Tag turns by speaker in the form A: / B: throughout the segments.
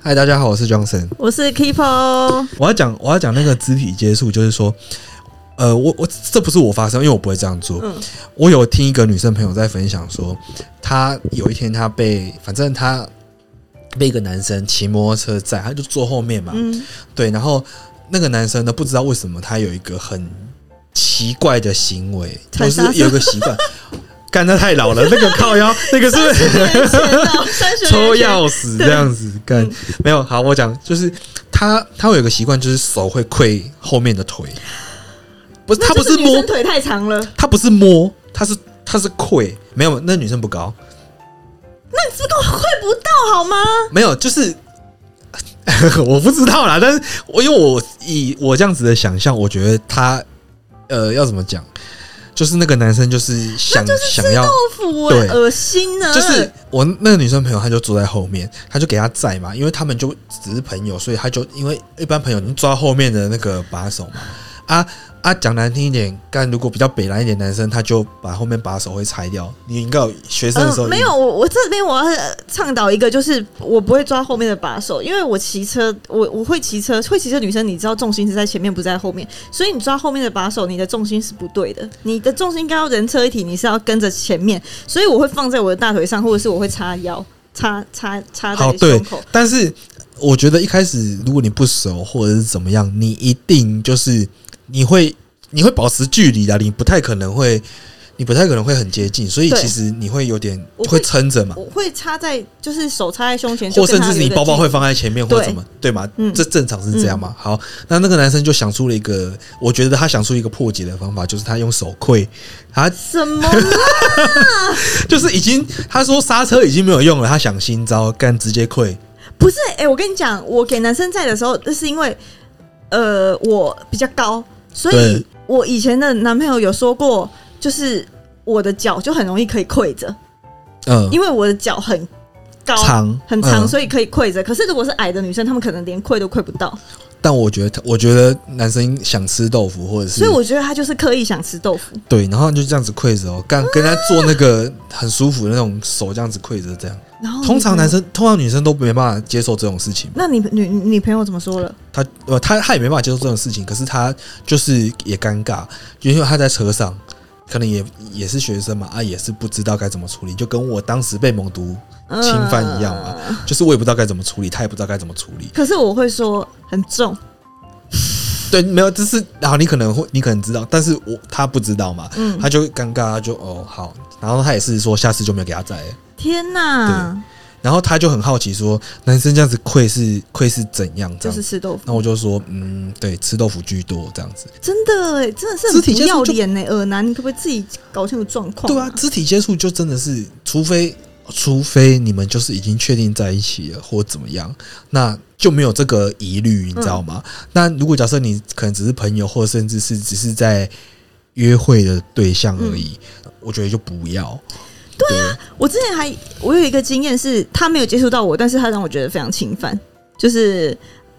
A: 嗨，大家好，我是 Johnson。
B: 我是 Kipo，
A: 我要讲，我要讲那个肢体接触，就是说，呃，我我这不是我发生，因为我不会这样做。
B: 嗯
A: 我有听一个女生朋友在分享说，她有一天她被，反正她被一个男生骑摩托车载，她就坐后面嘛，
B: 嗯，
A: 对，然后那个男生呢，不知道为什么他有一个很奇怪的行为，就
B: 踩
A: 是
B: 刹车
A: 有一个习惯。 干那太老了，那个靠腰，那个是
B: 三十
A: 抽钥匙这样
B: 嗯
A: 子干，没有好，我讲就是他他会有个习惯，就是手会跪后面的腿，不是他不是
B: 女
A: 摸
B: 生，腿太长了，
A: 他不是摸，他是他是跪，没有那女生不高，
B: 那你是不是跟我快不到好吗？
A: 没有就是 我不知道啦，但是我因为我以我这样子的想象，我觉得他呃要怎么讲，就是那个男生就是想
B: 就是啊
A: 想
B: 吃
A: 要
B: 豆腐、
A: 对
B: 欸，恶心呢。
A: 就是我那个女生朋友，她就坐在后面，她就给她载嘛，因为他们就只是朋友，所以她就因为一般朋友，你抓后面的那个把手嘛。啊啊，讲难听一点，干如果比较北蓝一点的男生，他就把后面把手会拆掉。你应该有学生的时候、
B: 呃、没有，我我这边我要呃倡导一个，就是我不会抓后面的把手，因为我骑车，我我会骑车，会骑车女生你知道重心是在前面，不在后面，所以你抓后面的把手，你的重心是不对的，你的重心应该要人车一体，你是要跟着前面，所以我会放在我的大腿上，或者是我会叉腰，叉叉叉在
A: 好
B: 你胸
A: 哦对
B: 口。，
A: 但是我觉得一开始如果你不熟或者是怎么样，你一定就是你会你会保持距离的，你不太可能会你不太可能会很接近，所以
B: 对
A: 其实你会有点
B: 我会
A: 会撑着嘛。
B: 我会插在，就是手插在胸前，
A: 或
B: 就跟
A: 甚
B: 他
A: 至是你
B: 有一个
A: 包包
B: 距
A: 会放在前面或
B: 对
A: 怎么，对吗？
B: 嗯
A: 这正常是这样嘛？好，那那个男生就想出了一个，我觉得他想出一个破解的方法，就是他用手跪，他
B: 什么 啦？
A: 就是已经他说刹车已经没有用了，他想新招，干直接跪。
B: 不是，哎、我跟你讲，我给男生在的时候，那是因为呃我比较高，所
A: 对
B: 以我以前的男朋友有说过，就是我的脚就很容易可以跪着，
A: 嗯，
B: 因为我的脚很高。
A: 长
B: 很长，
A: 嗯
B: 所以可以跪着。可是如果是矮的女生，她们可能连跪都跪不到。
A: 但我觉得他，我觉得男生想吃豆腐或者是
B: 所以我觉得她就是刻意想吃豆腐。
A: 对，然后就这样子跪着哦，干跟他做那个很舒服的那种手这样子跪着这样。
B: 然后
A: 通常男
B: 生，
A: 生，通常女生都没办法接受这种事情。
B: 那你女女女朋友怎么说了？
A: 他呃，他他也没办法接受这种事情，可是他就是也尴尬，因为他在车上，可能也也是学生嘛，啊，也是不知道该怎么处理，就跟我当时被猛毒，侵犯一样嘛
B: 嗯
A: 就是我也不知道该怎么处理，他也不知道该怎么处理。
B: 可是我会说很重，
A: 对，没有，就是啊，你可能会，你可能知道，但是我他不知道嘛，
B: 嗯
A: 他就尴尬，他就哦好，然后他也是说下次就没有给他载了，
B: 天哪，
A: 然后他就很好奇说，男生这样子愧是愧是怎样这
B: 就
A: 样
B: 是
A: 子。
B: 吃豆腐，
A: 那我就说，嗯，对，吃豆腐居多这样子。
B: 真的哎、真的是
A: 肢
B: 很
A: 体接
B: 不
A: 触
B: 要
A: 就
B: 脸呢、欸，耳男，你可不可以自己搞清楚状况、
A: 对啊，，肢体接触就真的是，除非除非你们就是已经确定在一起了或怎么样，那就没有这个疑虑，你知道吗？那如果假设你可能只是朋友，或甚至是只是在约会的对象而已，我觉得就不要。嗯对啊，
B: 我之前还我有一个经验是，他没有接触到我，但是他让我觉得非常侵犯，就是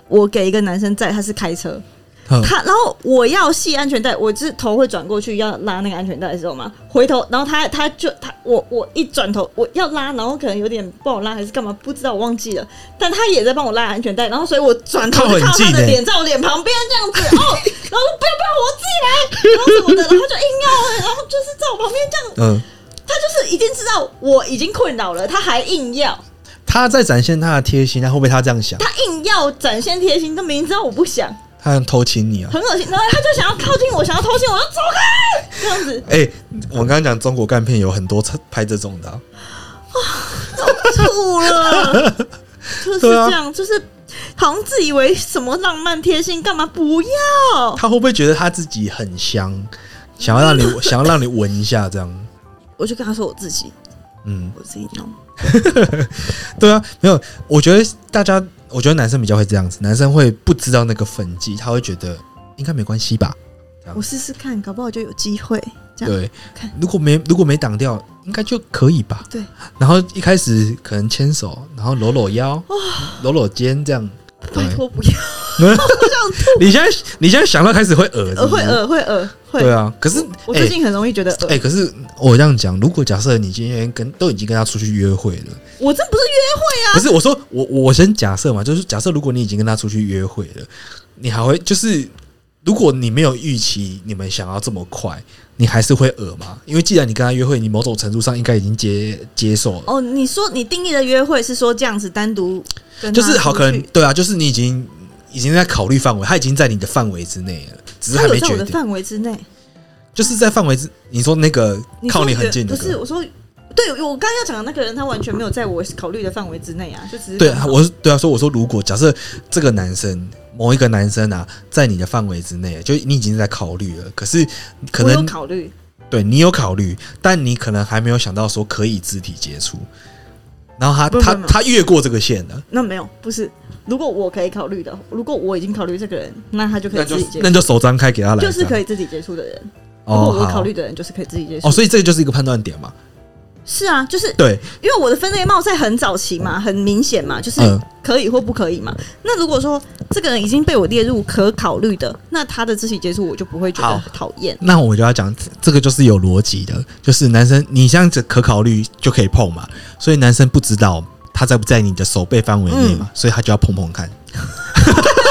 B: 我给一个男生载，他是开车，
A: 哼
B: 他然后我要系安全带，我就是头会转过去要拉那个安全带的时候嘛，回头，然后他他就他我我一转头我要拉，然后可能有点不好拉还是干嘛，不知道我忘记了，但他也在帮我拉安全带，然后所以我转头
A: 靠
B: 就
A: 很
B: 看到他
A: 近欸
B: 的脸在我脸旁边这样子，哦，然后我说不要不要我自己来，然后什么的，然后他就硬要，然后就是在我旁边这样，
A: 嗯，
B: 他就是已经知道我已经困扰了，他还硬要，
A: 他在展现他的贴心，那会不会他这样想？
B: 他硬要展现贴心，他明知道我不想，
A: 他想偷亲你啊？
B: 很恶心，然后他就想要靠近我，想要偷亲我，就走开，这样子。
A: 哎、我刚刚讲中国干片有很多拍这种的啊、
B: 吐了，就是
A: 对啊
B: 这样，就是好像自以为什么浪漫贴心，干嘛不要？
A: 他会不会觉得他自己很香，想要让 你想要让你闻一下这样？
B: 我就跟他说我自己，
A: 嗯。
B: 我自己弄。
A: 对啊，没有，我觉得大家，我觉得男生比较会这样子，男生会不知道那个分际，他会觉得应该没关系吧？
B: 我试试看，搞不好就有机会。这样
A: 对
B: 啊看，
A: 如果没如果没挡掉，应该就可以吧？
B: 对，
A: 然后一开始可能牵手，然后搂搂腰、搂搂肩这样，
B: 拜托不要，
A: 你现在你现在想到开始会恶
B: 呃会，呃会呃会。
A: 对啊。可是
B: 我
A: 哎
B: 最近很容易觉得呃
A: 哎、可是我这样讲，如果假设你今天跟都已经跟他出去约会了，
B: 我这不是 约啊
A: 不是我说我我先假设嘛，就是假设如果你已经跟他出去约会了，你还会就是如果你没有预期你们想要这么快，你还是会恶吗？因为既然你跟他约会，你某种程度上应该已经接接受了，
B: 会哦。你说你定义的约会是说这样子单独跟
A: 就
B: 他
A: 是好
B: 出
A: 可能
B: 去
A: 对啊，就是你已经已经在考虑范围，他已经在你的范围之内了，只是
B: 他
A: 还
B: 有
A: 没
B: 在我
A: 决
B: 的
A: 定，
B: 范围之内。
A: 就是在范围之。你说那个
B: 你说
A: 靠你
B: 远
A: 很近的、
B: 不
A: 那个
B: 是我说，对我刚刚要讲的那个人，他完全没有在我考虑的范围之内啊，就只是
A: 对
B: 刚
A: 啊，
B: 好
A: 我是对啊，所以我说，如果假设这个男生某一个男生啊，在你的范围之内，就你已经在考虑了，可是可
B: 我有
A: 能
B: 考虑，
A: 对你有考虑，但你可能还没有想到说可以肢体接触，然后他
B: 不
A: 他
B: 不不
A: 他越过这个线了，
B: 那没有不是。如果我可以考虑的，如果我已经考虑这个人，那他就可
A: 那
B: 以
A: 就
B: 自己接
A: 那
B: 触，
A: 就手张开给他来，
B: 就是可
A: 以
B: 以自己接触的人。如
A: 哦，
B: 果我考
A: 好
B: 虑的人，就是可以自己接触。
A: 哦，所以这个就是一个判断点嘛，
B: 是啊，就是
A: 对，
B: 因为我的分类帽在很早期嘛，很明显嘛，就是
A: 嗯
B: 可以或不可以嘛。那如果说这个人已经被我列入可考虑的，那他的肢体接触我就不会觉得
A: 好
B: 很讨厌。
A: 那我就要讲，这个就是有逻辑的，就是男生你这样子可考虑就可以碰嘛，所以男生不知道他在不在你的手背范围内
B: 嗯
A: 嘛，所以他就要碰碰看。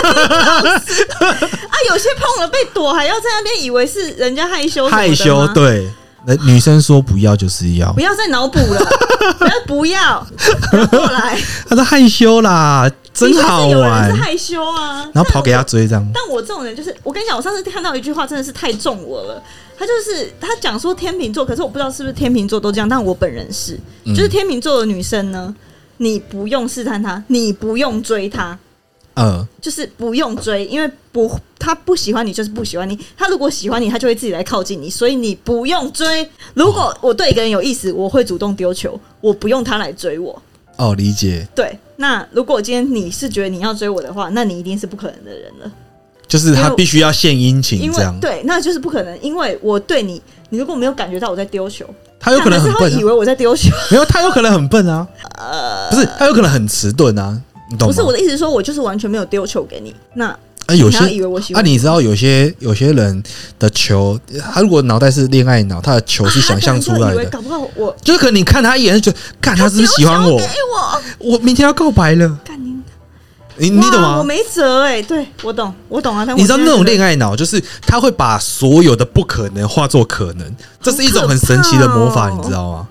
B: 啊，有些碰了被躲，还要在那边以为是人家害羞什么的吗
A: 害羞，对，那女生说不要就是要
B: 不，要再脑 补了，不要不要，不要过来，
A: 她说害羞啦， 真好
B: 的确是有人是
A: 玩，
B: 害羞啊，
A: 然后跑给他追这样，
B: 但我这种人就是，我跟你讲，我上次看到一句话真的是太中我了。他就是他讲说天秤座，可是我不知道是不是天秤座都这样，但我本人是，
A: 嗯
B: 就是天秤座的女生呢，你不用试探她，你不用追她，
A: 嗯，
B: 就是不用追，因为不她不喜欢你就是不喜欢你，她如果喜欢你，她就会自己来靠近你，所以你不用追。如果我对一个人有意思，我会主动丢球，我不用他来追我。
A: 哦，理解，
B: 对，那如果今天你是觉得你要追我的话，那你一定是不可能的人了。
A: 就是
B: 因
A: 他
B: 为
A: 必须要献殷勤
B: 因
A: 这样
B: 为，对，那就是不可能，因为我对你，你如果没有感觉到我在丢球，
A: 他有可能
B: 他
A: 很
B: 还是
A: 笨
B: 会以
A: 啊，
B: 为我在丢球。
A: 没有，他有可能很笨啊，不是，他有可能很迟钝啊，你懂
B: 不
A: 吗
B: 是？我的意思是说，我就是完全没有丢球给你。那
A: 啊，有
B: 你还要
A: 些
B: 以为我喜
A: 啊，
B: 欢
A: 你知道有些有些人的球，他如果脑袋是恋爱脑，他的球是想象出
B: 啊他
A: 来
B: 可能就以
A: 的，
B: 为搞不好我
A: 就是可能你看他一眼就觉得，干他是不是喜欢
B: 丢
A: 我
B: 球给？哎我
A: 我明天要告白了，
B: 干
A: 你
B: 你，
A: 你懂
B: 哇
A: 吗
B: 我？没辙哎、对我懂，我懂啊。但我
A: 你知道那种恋
B: 爱
A: 爱脑，就是他会把所有的不可能化作可能，这是一种很神奇的魔法，
B: 好可怕哦哦
A: 你知道吗？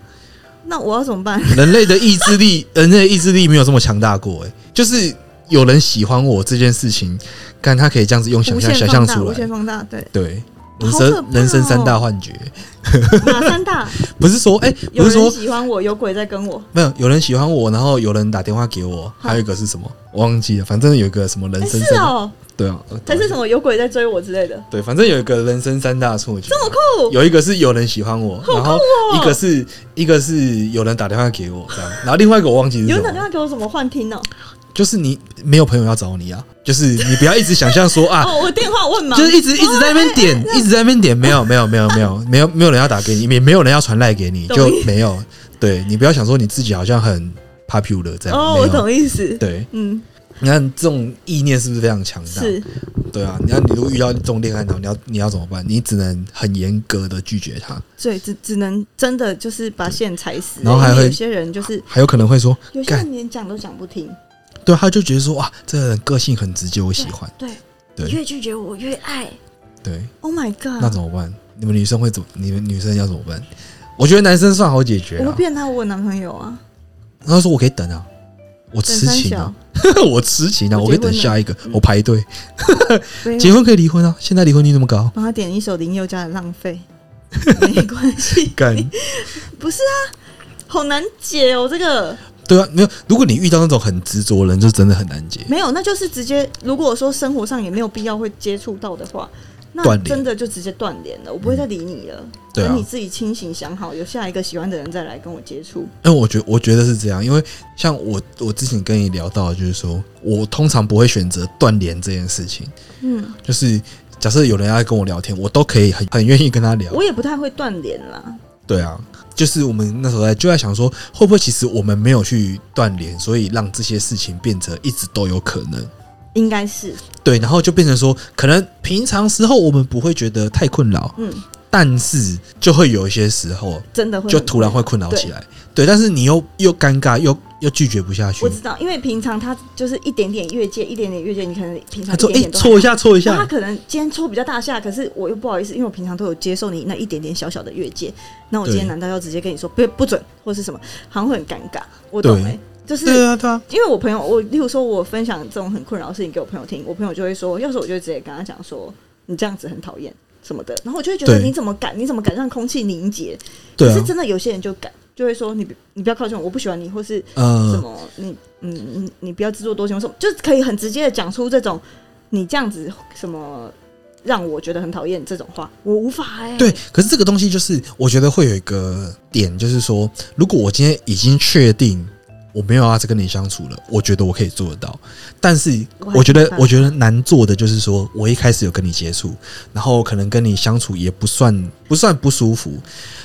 B: 那我要怎么办？
A: 人类的意志力， 人类的意志力没有这么强大过、欸，就是有人喜欢我这件事情，看他可以这样子用想
B: 无
A: 象
B: 限
A: 想
B: 放
A: 象
B: 大，
A: 出
B: 无
A: 来，
B: 限，放大，对
A: 对。人
B: 好
A: 生、
B: 可怕哦
A: 人生三大幻觉，
B: 哪三大？
A: 不是说哎、
B: 有
A: 不是
B: 人
A: 说
B: 喜欢我，有鬼在跟我。
A: 没有有人喜欢我，然后有人打电话给我，还有一个是什么我忘记了，反正有一个什么人
B: 哎
A: 生
B: 是
A: 三大、
B: 哦，
A: 对啊，呃
B: 还是什么有鬼在追我之类的，
A: 对，反正有一个人生三大错觉，
B: 这么酷。
A: 有一个是有人喜欢我，然后
B: 哦
A: 一个是一个是有人打电话给我这样，然后另外一个我忘记是
B: 有
A: 什
B: 人打电
A: 么，
B: 话给我怎么幻听哦？
A: 就是你没有朋友要找你啊，就是你不要一直想象说啊。
B: 哦，哎我电话问嘛，
A: 就是一直一直在那边点，一直在那边点，没有没有没有没有没有没有人要打给你，也没有人要传赖给你，
B: 懂
A: 就没有。对你不要想说你自己好像很 popular 这样，
B: 哦，
A: 没
B: 我
A: 有。
B: 懂意思。
A: 对，
B: 嗯，
A: 你看这种意念是不是非常强大？
B: 是，
A: 对啊，你看你如果遇到这种恋爱脑，你要你要怎么办？你只能很严格的拒绝他，
B: 对，只只能真的就是把线踩死。
A: 然后还
B: 因为
A: 会啊
B: 有些人就是，
A: 还有可能会说
B: 有些
A: 干
B: 人连讲都讲不听。
A: 对，他就觉得说哇，这个人个性很直接，我喜欢。
B: 对，
A: 对
B: 你越拒绝我越爱。
A: 对，
B: Oh my
A: 那
B: god！
A: 怎么办？你们女生会怎么？你们女生要怎么办？我觉得男生算好解决
B: 我会
A: 啊。
B: 骗他我有男朋友啊，
A: 他说我可以等啊，我
B: 等
A: 痴
B: 三
A: 情
B: 小
A: 啊，， 我痴情啊，
B: 我
A: 我可以
B: 结
A: 等
B: 婚了嗯
A: 下一个，我排队。
B: 对
A: 结婚可以离婚啊，现在离婚率那么高
B: ，帮他点一首林宥嘉的《浪费》， 没关系，
A: 干
B: 不是啊，好难解哦，这个
A: 对啊，没有。如果你遇到那种很执着的人，就真的很难解。
B: 没有，那就是直接，如果说生活上也没有必要会接触到的话，那
A: 断联
B: 真的就直接断联了，我不会再理你了。
A: 对啊
B: 等你自己清醒想好，有下一个喜欢的人再来跟我接触。
A: 因为我觉我觉得是这样，因为像我我之前跟你聊到，就是说我通常不会选择断联这件事情，
B: 嗯，
A: 就是假设有人要跟我聊天，我都可以很很愿意跟他聊。
B: 我也不太会断联啦。
A: 对啊，就是我们那时候在就在想说，会不会其实我们没有去断联，所以让这些事情变成一直都有可能。
B: 应该是，
A: 对，然后就变成说，可能平常时候我们不会觉得太困扰，
B: 嗯，
A: 但是就会有一些时候
B: 真的会
A: 就
B: 很
A: 突然会困扰起来。对，但是你又又尴尬，又又拒绝不下去
B: 我。知道，因为平常他就是一点点越界，一点点越界，你可能平常
A: 他
B: 一
A: 说：“哎、
B: 点点都还
A: 搓一下，搓一
B: 然后
A: 下。
B: 他可能今天抽比较大下，可是我又不好意思，因为我平常都有接受你那一点点小小的越界，那我今天
A: 对
B: 难道要直接跟你说不不准或是什么，好像会很尴尬。我懂
A: 对
B: 哎、就是”
A: 对啊，对啊，
B: 因为我朋友，我例如说我分享这种很困扰的事情给我朋友听，我朋友就会说，要是我就会直接跟他讲说，你这样子很讨厌什么的，然后我就会觉得
A: 对
B: 你怎么敢，你怎么敢让空气凝结？
A: 对
B: 可
A: 啊
B: 是，真的有些人就敢，就会说你不你不要靠近我，我不喜欢你，或是什
A: 嗯，
B: 么你嗯你你不要自作多情，什么就是可以很直接的讲出这种你这样子什么让我觉得很讨厌这种话，我无法哎、
A: 对。可是这个东西就是，我觉得会有一个点，就是说，如果我今天已经确定我没有要再跟你相处了，我觉得我可以做得到。但是
B: 我还
A: 我觉
B: 没
A: 得
B: 办，法
A: 我觉得难做的就是说，我一开始有跟你接触，然后可能跟你相处也不算不算不舒服，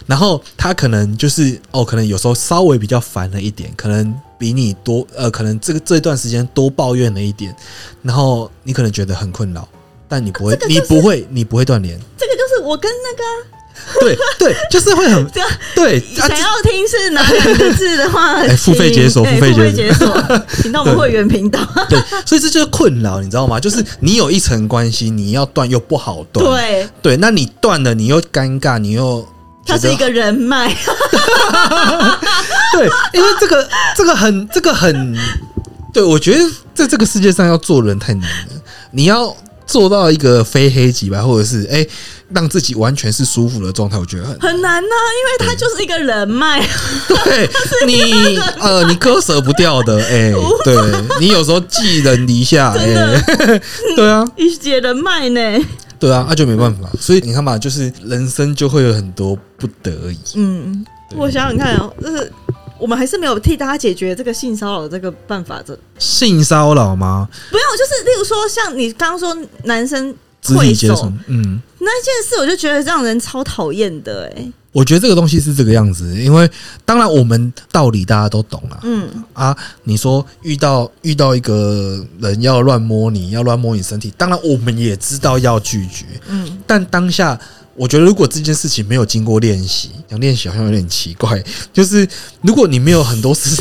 A: 然后他可能就是哦，可能有时候稍微比较烦了一点，可能比你多呃，可能这个这段时间多抱怨了一点，然后你可能觉得很困扰，但你不会，
B: 这个就
A: 你
B: 是
A: 不会，你不会断联，
B: 这个就是我跟那个啊
A: 对对，就是会很
B: 这样
A: 对啊，
B: 想要听是哪两个字的 话，
A: 哎付费解锁
B: 请
A: 付费
B: 对付费
A: 解
B: 解 锁，请到我们会员频道。
A: 这对，所以这就是困扰，你知道吗？就是你有一层关系，你要断又不好断，
B: 对，
A: 对，那你断了，你又尴尬，你又
B: 它
A: 觉
B: 是
A: 得
B: 一个人脉，
A: 对，因为这个这个很这个很，对我觉得在这个世界上要做人太难了，你要做到一个非黑即白，或者是哎、让自己完全是舒服的状态，我觉得很
B: 很难呐、因为它就是一个人脉。
A: 对 你呃你割舍不掉的哎、对你有时候寄人篱下哎、
B: 真的
A: 对啊
B: 一姐人脉呢？
A: 对啊，那、就没办法，所以你看嘛，就是人生就会有很多不得已，
B: 嗯，
A: 对
B: 我想想看哦，就是我们还是没有替大家解决这个性骚扰的这个办法，这
A: 性骚扰吗？
B: 没有，就是例如说像你刚刚说男生
A: 肢体
B: 会
A: 接
B: 手
A: 触，嗯。
B: 那件事，我就觉得让人超讨厌的哎、
A: 我觉得这个东西是这个样子，因为当然我们道理大家都懂啦。
B: 嗯，
A: 啊，你说遇到遇到一个人要乱摸你，要乱摸你身体，当然我们也知道要拒绝，
B: 嗯，
A: 但当下我觉得如果这件事情没有经过练习，讲练习好像有点奇怪，就是如果你没有很多事，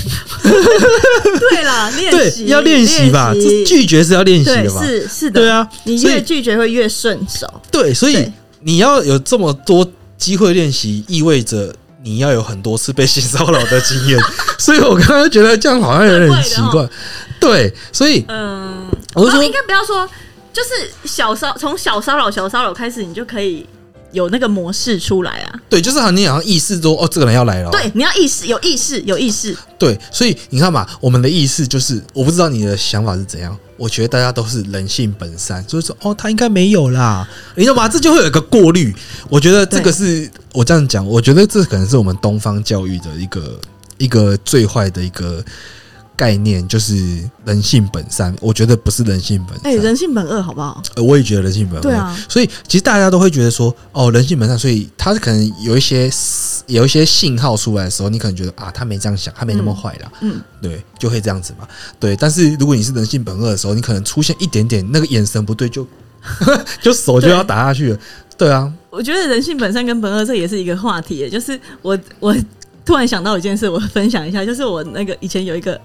B: 对 啦，练习
A: 对，要练习吧，这
B: 练习
A: 拒绝是要练习
B: 对
A: 的吧？
B: 是是的，
A: 对，啊，
B: 你
A: 所以
B: 越拒绝会越顺手，
A: 对，所以
B: 对
A: 你要有这么多机会练习，意味着你要有很多次被性骚扰的经 验。所以我刚刚觉得这样好像有点奇
B: 怪怪哦
A: 怪。对，所以
B: 嗯，
A: 我是
B: 哦
A: 说
B: 应该不要说，就是小骚从小骚扰小骚扰开始，你就可以有那个模式出来啊。
A: 对，就是好像你好像意识说，哦，这个人要来了。
B: 对，你要意识，有意识，有意识，
A: 对，所以你看嘛，我们的意识就是，我不知道你的想法是怎样。我觉得大家都是人性本善，所以说哦，他应该没有啦，你懂吗？这就会有一个过滤。我觉得这个
B: 对
A: 是我这样讲，我觉得这可能是我们东方教育的一个一个最坏的一个概念，就是人性本善。我觉得不是人性本善，
B: 哎、人性本恶，好不好？
A: 呃我也觉得人性本恶。
B: 对啊
A: 所以其实大家都会觉得说，哦，人性本善，所以他可能有一些有一些信号出来的时候，你可能觉得啊，他没这样想，他没那么坏啦。
B: 嗯，
A: 对，就会这样子嘛。对，但是如果你是人性本恶的时候，你可能出现一点点那个眼神不对，就 就手就要打下去了。对啊，
B: 我觉得人性本善跟本恶这也是一个话题耶，就是我我突然想到一件事，我分享一下，就是我那个以前有一个，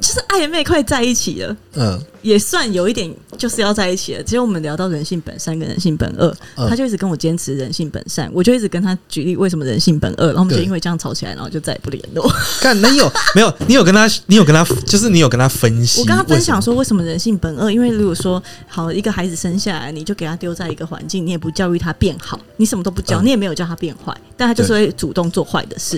B: 就是暧昧快在一起了。
A: 嗯，
B: 也算有一点就是要在一起了。只有我们聊到人性本善跟人性本恶，
A: 嗯
B: 他就一直跟我坚持人性本善，我就一直跟他举例为什么人性本恶，然后我们就
A: 对
B: 因为这样吵起来，然后就再也不联 络。
A: 看你有 没有？你有跟他，你有跟他，就是你有跟他分析。
B: 我跟他分享，说为什么人性本恶，因为如果说好一个孩子生下来，你就给他丢在一个环境，你也不教育他变好，你什么都不教，
A: 嗯
B: 你也没有叫他变坏，但他就是会主动做坏的事。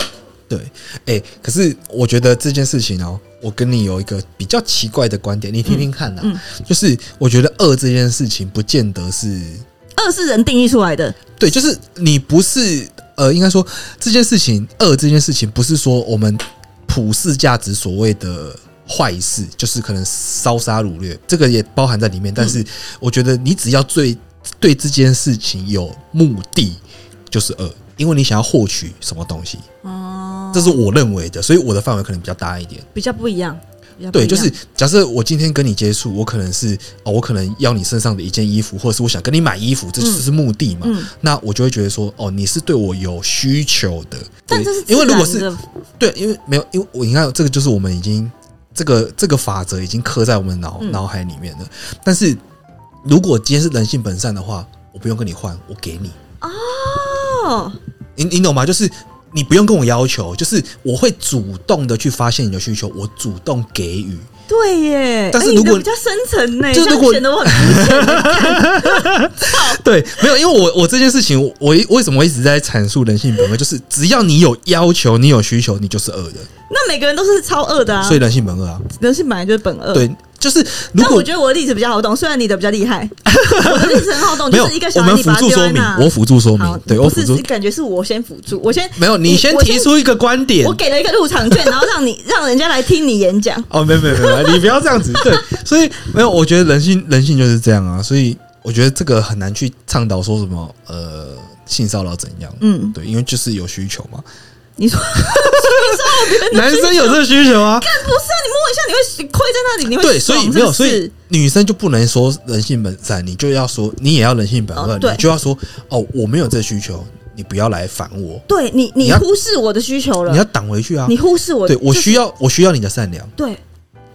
A: 对，哎、可是我觉得这件事情哦，我跟你有一个比较奇怪的观点，你听听看呐、
B: 嗯嗯
A: 就是我觉得恶这件事情，不见得是
B: 恶是人定义出来的，
A: 对，就是你不是呃，应该说这件事情恶这件事情，不是说我们普世价值所谓的坏事，就是可能烧杀掳掠，这个也包含在里面。但是我觉得你只要对对这件事情有目的，就是恶，因为你想要获取什么东西，
B: 哦、
A: 这是我认为的，所以我的范围可能比较大一点。
B: 比较不一样。比较不
A: 对，
B: 一
A: 就
B: 样
A: 是假设我今天跟你接触，我可能是哦，我可能要你身上的一件衣服，或者是我想跟你买衣服，这就是目的嘛。
B: 嗯，
A: 那我就会觉得说，哦，你是对我有需求的。
B: 但
A: 对
B: 这是
A: 因为如果
B: 自
A: 是
B: 然的
A: 对，因为没有，因为我你看这个就是我们已经这个这个法则已经刻在我们脑
B: 嗯
A: 脑、海里面了。但是如果今天是人性本善的话，我不用跟你换，我给你，
B: 哦，
A: 你你懂吗？就是。你不用跟我要求，就是我会主动的去发现你的需求，我主动给予。
B: 对耶。
A: 但是
B: 哎你的
A: 如果
B: 比较深层呢，
A: 就
B: 这样
A: 如果
B: 显得我很肤浅
A: 对，没有，因为我我这件事情，我我一为什么我一直在阐述人性本恶，就是只要你有要求，你有需求，你就是恶的，
B: 那每个人都是超恶的啊
A: 所，以人性本恶啊。
B: 人性本来就是本恶。
A: 对，就是如
B: 但
A: 果
B: 我觉得我的例子比较好懂，虽然你的比较 厉害，我的例子很好懂，
A: 没有
B: 就是一个，
A: 我
B: 小孩
A: 们
B: 你
A: 辅
B: 把它
A: 助
B: 丢
A: 说
B: 在
A: 明
B: 那，，
A: 我辅助说
B: 好
A: 明，对我
B: 不
A: 辅
B: 是
A: 助
B: 是感觉是我先辅助，我先
A: 没有，你先
B: 我
A: 提出一个观点
B: 我。给了一个入场券，然后让你让人家来听你演讲。
A: 哦，没有没有没有，你不要这样子。对，所以没有，我觉得人性人性就是这样啊，所以我觉得这个很难去倡导说什么呃性骚扰怎样，
B: 嗯，
A: 对，因为就是有需求嘛，
B: 你说
A: 男生有这个需求啊，
B: 不是啊？你摸一下，你会跪在那里， 你会
A: 对，所以
B: 爽
A: 没有，
B: 是
A: 所
B: 不是
A: 以女生就不能说人性本善，你就要说你也要人性本恶，
B: 哦对
A: 你就要说哦，我没有这需求，你不要来烦我，
B: 对你
A: 你
B: 你
A: 要
B: 忽视我的需求了，
A: 你要挡回去啊
B: 你。忽视我，
A: 对我
B: 就是
A: 需要，我需要你的善良，
B: 对，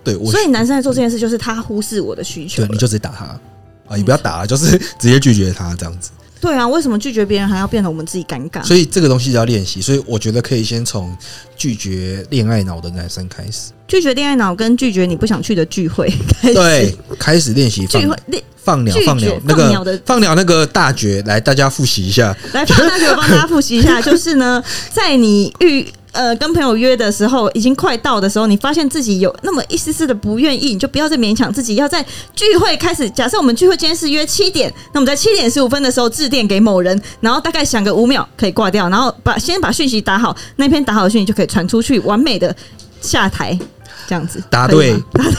A: 对我需，
B: 所以男生在做这件事就是他忽视我的需求
A: 对
B: 了。
A: 你就直接打他
B: 嗯
A: 啊，你不要打啊，就是 直接拒绝他这样子。
B: 对啊，为什么拒绝别人还要变得我们自己尴尬？
A: 所以这个东西要练习，所以我觉得可以先从拒绝恋爱脑的男生开始，
B: 拒绝恋爱脑跟拒绝你不想去的聚会开始，
A: 对，啊开始练习放
B: 聚会恋
A: 放鸟
B: 拒绝
A: 放鸟
B: 放
A: 那
B: 鸟
A: 个
B: 的
A: 放鸟那个大绝，来大家复习一下，
B: 来，放大学我帮大家复习一 下，就是呢，在你遇呃跟朋友约的时候，已经快到的时候，你发现自己有那么一丝丝的不愿意，你就不要再勉强自己，要在聚会开始。假设我们聚会今天是约七点，那我们在七点十五分的时候致电给某人，然后大概想个五秒可以挂掉，然后把先把讯息打好，那篇打好的讯息就可以传出去，完美的下台，这样子
A: 答
B: 可以
A: 对
B: 吗，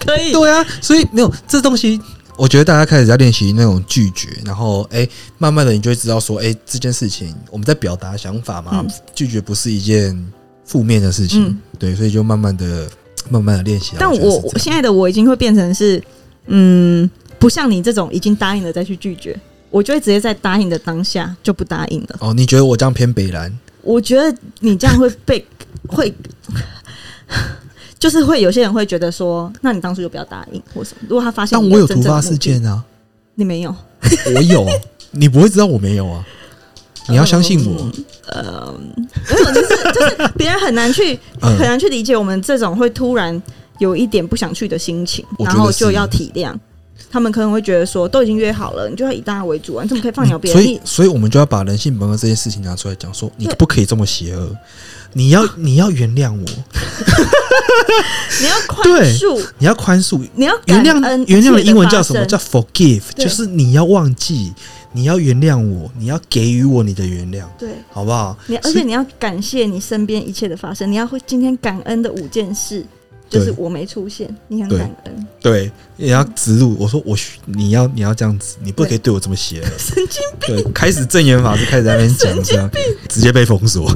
B: 可以。
A: 对啊，所以没有这东西，我觉得大家开始在练习那种拒绝，然后哎、慢慢的你就会知道说，哎、这件事情我们在表达想法嘛，
B: 嗯
A: 拒绝不是一件负面的事情，
B: 嗯
A: 对，所以就慢慢的、慢慢的练习啊。
B: 但
A: 我觉得
B: 我
A: 是这
B: 我
A: 样
B: 现在的我已经会变成是，嗯，不像你这种已经答应了再去拒绝，我就会直接在答应的当下就不答应了。
A: 哦，你觉得我这样偏北蓝？
B: 我觉得你这样会被 会， 就是会有些人会觉得说，那你当初就不要答应或什么。如果他发现
A: 但
B: 你
A: 我有
B: 真
A: 突
B: 正的
A: 发
B: 目的
A: 事，件啊，
B: 你没有，
A: 我有，你不会知道我没有啊。
B: 嗯
A: 你要相信我，
B: 没有，就是就是别人很难去
A: 嗯
B: 很难去理解我们这种会突然有一点不想去的心情，
A: 我觉
B: 然
A: 得
B: 后就是要体谅。他们可能会觉得说，都已经约好了，你就要以大家为主啊，你怎么可以放鸟别
A: 所
B: 人？
A: 以
B: 你
A: 所以我们就要把人性本恶这件事情拿出来讲，说你
B: 对
A: 不可以这么邪恶，你要你要原谅我，
B: 你要宽
A: 对
B: 恕，
A: 你要宽恕，
B: 你要
A: 原
B: 感
A: 谅
B: 恩
A: 原谅的
B: 一切
A: 英文
B: 发
A: 叫什么？
B: 生
A: 叫 forgive，
B: 对
A: 就是你要忘记，你要原谅我，你要给予我你的原谅，
B: 对。
A: 好不好？
B: 你而
A: 所
B: 且
A: 以
B: 你要感谢你身边一切的发生，你要会今天感恩的五件事，
A: 对
B: 就是我没出现，你很
A: 对
B: 感恩，
A: 对，也要植入。我说我需你要你要这样子，你不可以对我这么邪恶。
B: 神经
A: 对，开始正言法师开始在那边讲这 样，直接被封锁。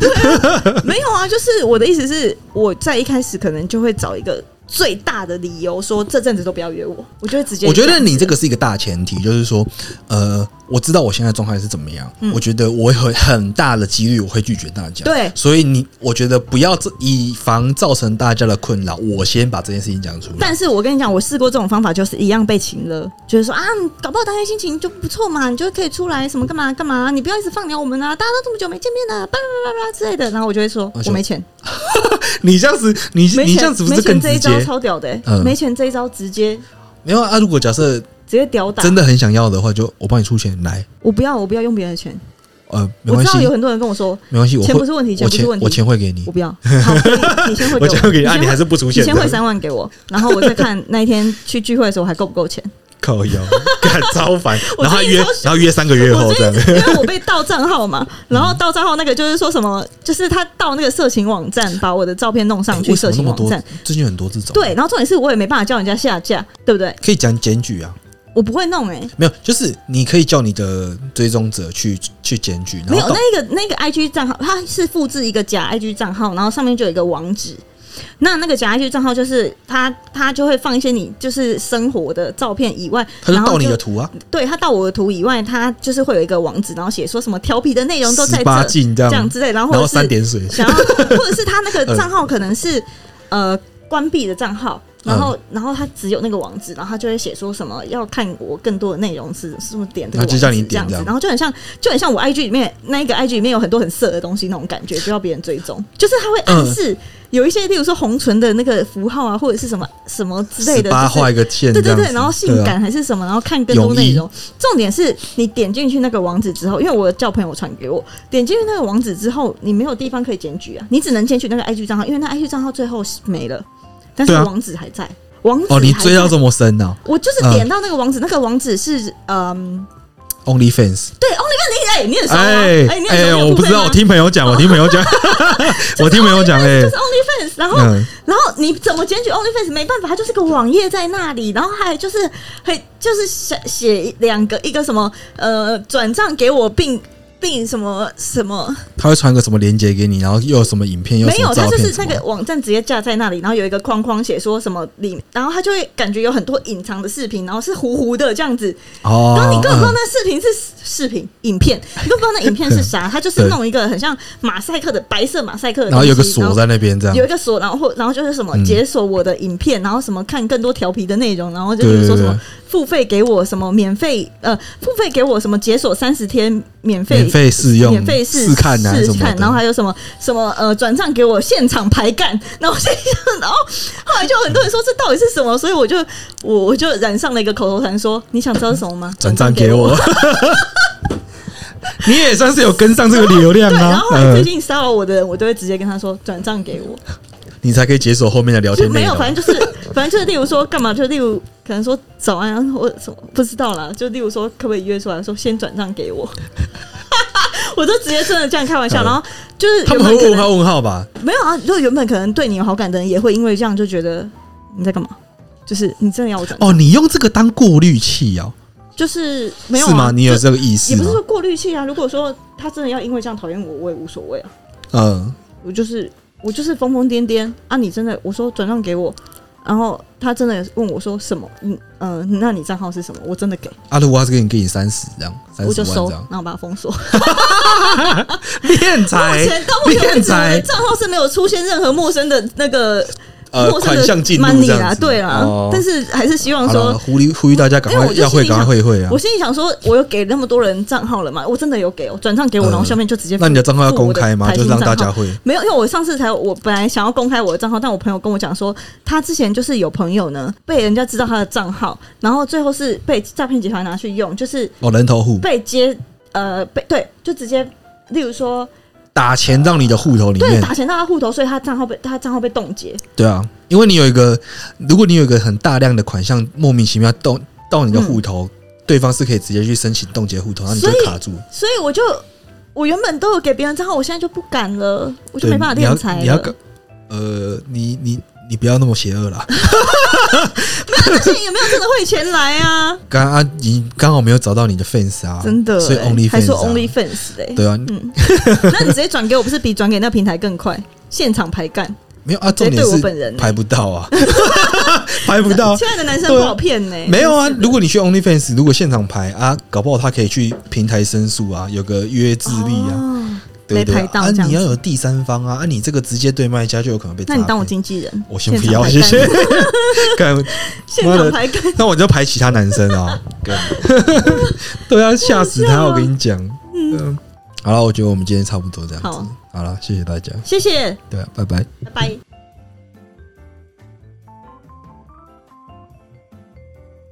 B: 没有啊，就是我的意思是，我在一开始可能就会找一个最大的理由说这阵子都不要约我，我就会直接
A: 我觉
B: 这
A: 得
B: 样子
A: 你这个是一个大前提，就是说，呃，我知道我现在状态是怎么样，
B: 嗯
A: 我觉得我很很大的几率我会拒绝大家。
B: 对
A: 所以你我觉得不要这以防造成大家的困扰，我先把这件事情讲出来。
B: 但是我跟你讲，我试过这种方法，就是一样被请了，就是说啊，你搞不好当天心情就不错嘛，你就可以出来什么干嘛干嘛，你不要一直放鸟我们啊，大家都这么久没见面啊了，叭叭叭叭之类的。然后我就会说
A: 而且
B: 我没钱，
A: 你这样子，哦你
B: 没
A: 你
B: 钱，
A: 这样子不
B: 没
A: 是
B: 钱
A: 更
B: 这一
A: 直
B: 招
A: 接？
B: 超屌的、欸
A: 嗯
B: 没钱这一招直接
A: 没有啊，如果假设
B: 直接屌打。
A: 真的很想要的话，就我帮你出钱来，
B: 我不要，我不要用别人的钱。
A: 呃，没
B: 我
A: 关
B: 知
A: 系
B: 道，有很多人跟我说，
A: 没关系，我
B: 钱不
A: 会
B: 是问题，钱
A: 我
B: 不是
A: 钱
B: 问题，
A: 我钱会给你
B: 我，不要。好，可以你先汇给
A: 我
B: 我，
A: 钱会给你，啊，
B: 先
A: 你还是不出
B: 你
A: 现
B: 先汇
A: 的，
B: 三万给我，然后我再看那一天去聚会的时候还够不 够钱。
A: 靠腰，干超 烦，
B: 我
A: 然后他
B: 最
A: 约
B: 近超，
A: 然后约三个月后
B: 我
A: 这
B: 最
A: 样
B: 近，因为我被盗账号 嘛，然后盗账号那个就是说什么，就是他盗那个色情网站，把我的照片弄上
A: 哎
B: 去
A: 为什
B: 色
A: 么那
B: 情
A: 么
B: 网
A: 多
B: 站。？
A: 最近很多这种，啊
B: 对，，然后重点是我也没办法叫人家下架，对不对？
A: 可以讲检举啊，
B: 我不会弄哎、
A: 没有，就是你可以叫你的追踪者去去检举，然
B: 没有
A: 后到
B: 那个那个 IG 账号，它是复制一个假 IG 账号，然后上面就有一个网址，那那个假一些账号就是他他就会放一些你就是生活的照片以外，
A: 他就
B: 然后
A: 盗你的图啊，
B: 对他到我的图以外，他就是会有一个网址，然后写说什么调皮的内容都在
A: 十八
B: 这
A: 禁这
B: 这样
A: 样，
B: 之类，然后
A: 然
B: 或
A: 后
B: 者
A: 三
B: 是
A: 点水，
B: 想 要，或者是他那个账号可能是呃关闭的账号。
A: 嗯
B: 然后，然后他只有那个网址，然后他就会写说什么要看我更多的内容是是不是点这个
A: 然后
B: 网
A: 就
B: 址
A: 叫你
B: 这样
A: 点这
B: 子
A: 样，
B: 然后就很像就很像我 IG 里面那一个 IG 里面有很多很色的东西那种感觉， 就要别人追踪，就是他会暗
A: 嗯
B: 示有一些，例如说红唇的那个符号啊，或者是什么什么之类
A: 十
B: 的，
A: 八
B: 就是
A: 画一个线，
B: 对对
A: 这样
B: 对，
A: 子啊
B: 然后性感还是什么，然后看更多内容。重点是你点进去那个网址之后，因为我叫朋友传给我，点进去那个网址之后，你没有地方可以检举啊，你只能检举那个 IG 账号，因为那 IG 账号最后是没了，但是
A: 对啊
B: 网址还在。网址
A: 对啊。哦，你
B: 还在
A: 追到这么深啊呢
B: 我就是点到那个网址，那个网址是嗯，
A: ？Only fans，
B: 对，Only 哎，你很熟吗？
A: 哎
B: 哎，你很熟
A: 哎，
B: 你有
A: 我不
B: 付费
A: 知道，
B: 吗
A: 我听朋友讲，我听朋友 讲， 我听朋友讲，哎
B: 就，是 OnlyFans，然后
A: 嗯，
B: 然后你怎么检举 OnlyFans？没办法，它就是个网页在那里，然后还就是还就是写写两个，一个什么呃转账给我并。并什么什么
A: 他会传个什么链接给你，然后又有什么影片，又
B: 没
A: 什
B: 有，
A: 么
B: 它
A: 照
B: 就
A: 片
B: 是
A: 什
B: 那
A: 么
B: 个网站直接架在那里，然后有一个框框写说什么里，然后它就会感觉有很多隐藏的视频，然后是糊糊的这样子，
A: 哦，
B: 然后你根本不知道
A: 嗯
B: 那视频是视频影片，你根本不知道那影片是啥，它就是弄一个很像马赛克的白色马赛克的东西，
A: 然后有个锁在那边这样
B: 有一，个锁，然后或然后就是什么
A: 嗯
B: 解锁我的影片，然后什么看更多调皮的内容，然后就
A: 对
B: 是说
A: 对
B: 什么
A: 对
B: 付费给我什么免费呃付费给我什么解锁三十天免费
A: 免费试用、
B: 免费试
A: 试看啊什
B: 试
A: 么的
B: 看，然后还有什么什么呃转账给我现场排干，然后 现场，然后后来就很多人说这到底是什么，所以我就我我就染上了一个口头禅说你想知道是什么吗？
A: 转账给。我。 你也算是有跟上这个流量
B: 对，然
A: 啊
B: 后，后来最
A: 嗯，
B: 近骚扰我的人，我都会直接跟他说转账给我。
A: 你才可以解锁后面的聊哦
B: 就
A: 天
B: 没
A: 内
B: 有，
A: 容。
B: 反正就是 反正就是，例如说干嘛，就例如可能说早安啊，或什么不知道啦，就例如说可不可以约出来说先转账给我， 我就直接真的这样开玩笑，
A: 嗯
B: 然后就是
A: 他们
B: 原
A: 会
B: 本可
A: 问
B: 能
A: 号问号吧？
B: 没有啊，就原本可能对你有好感的人也会因为这样就觉得你在干嘛。就是你真的要我转账
A: 哦，你用这个当过滤器哦？
B: 就是没有、啊、
A: 是吗？你有
B: 就
A: 这个意思
B: 也不是
A: 吗
B: 说？过滤器啊。如果说他真的要因为这样讨厌我，我也无所谓啊。
A: 嗯，
B: 我就是我就是疯疯癫癫啊！你真的我说转账给我，然后他真的问我说什么？嗯呃，那你账号是什么？我真的给，
A: 阿鲁瓦是给你给你三十这样，三
B: 我
A: 十
B: 就
A: 万
B: 收，
A: 这样，
B: 然后把它封锁。
A: 敛
B: 目
A: 财
B: 前到目前为
A: 变
B: 止，我
A: 财
B: 的账号是没有出现任何陌生的那个
A: 呃
B: 陌生
A: 款
B: 的
A: 项进入
B: money
A: 这
B: 啦，
A: 样子。
B: 对啦
A: 哦。
B: 但是还是希
A: 好
B: 望
A: 啊
B: 说
A: 了，。呼吁呼吁大家赶
B: 因为
A: 快
B: 我就
A: 要
B: 心
A: 会，
B: 里
A: 赶快
B: 想
A: 会一会啊
B: 我！心里想说，我有给那么多人账号了嘛，我真的有给，我哦转账给我，
A: 嗯
B: 然后下面就直接
A: 那你的账号要
B: 付我
A: 公
B: 的
A: 开吗？
B: 台
A: 就
B: 新
A: 让大
B: 账号
A: 家会。
B: 没有，因为我上次才我本来想要公开我的账号，但我朋友跟我讲说，他之前就是有朋友呢被人家知道他的账号，然后最后是被诈骗集团拿去用，就是
A: 哦，人头户
B: 被接呃被对，就直接例如说
A: 打钱到你的户头里
B: 对
A: 面，
B: 打钱到他户头，所以他账号被他账号被冻结，
A: 对啊，因为你有一个，如果你有一个很大量的款项莫名其妙到到你的户头，对方是可以直接去申请冻结户头，然后你就
B: 嗯所以
A: 卡住，
B: 所以我就我原本都有给别人账号，我现在就不敢了，我就
A: 对，
B: 没办法
A: 你要
B: 敛财
A: 你要
B: 了。
A: 搞呃，你你你不要那么邪恶啦。
B: 而且也没有真的汇钱来啊，
A: 刚啊，你刚好没有找到你的 fans 啊，
B: 真的、
A: 所以
B: 欸
A: only
B: 还说
A: fans、啊、
B: only fans 嘞、
A: 对啊，
B: 嗯，那你直接转给我，不是比转给那平台更快？现场排干，
A: 没有啊，
B: 直
A: 重
B: 接
A: 点
B: 对我
A: 是
B: 本人、欸
A: 排。不到啊， 排不 到。
B: 现在的男生不好骗呢、
A: 啊没有啊，如果你去 OnlyFans，如果现场排啊，搞不好他可以去平台申诉啊，有个约制力啊。
B: 哦
A: 对不对
B: 没拍到
A: 啊，
B: 这样
A: 你
B: 子
A: 要有第三方啊，啊，你这个直接对卖家就有可能被诈
B: 那
A: 骗。
B: 你当我经纪人，
A: 我先不要，谢
B: 现
A: 谢
B: 场。
A: 干，
B: 现
A: 妈的
B: 场排干，
A: 那我就排其他男生啊，干， 对啊，吓死他！
B: 哦
A: 我跟你讲，嗯，好了，我觉得我们今天差不多这样子
B: 好，
A: 好了，谢谢大家，
B: 谢谢，
A: 对啊，拜拜。
B: 拜拜。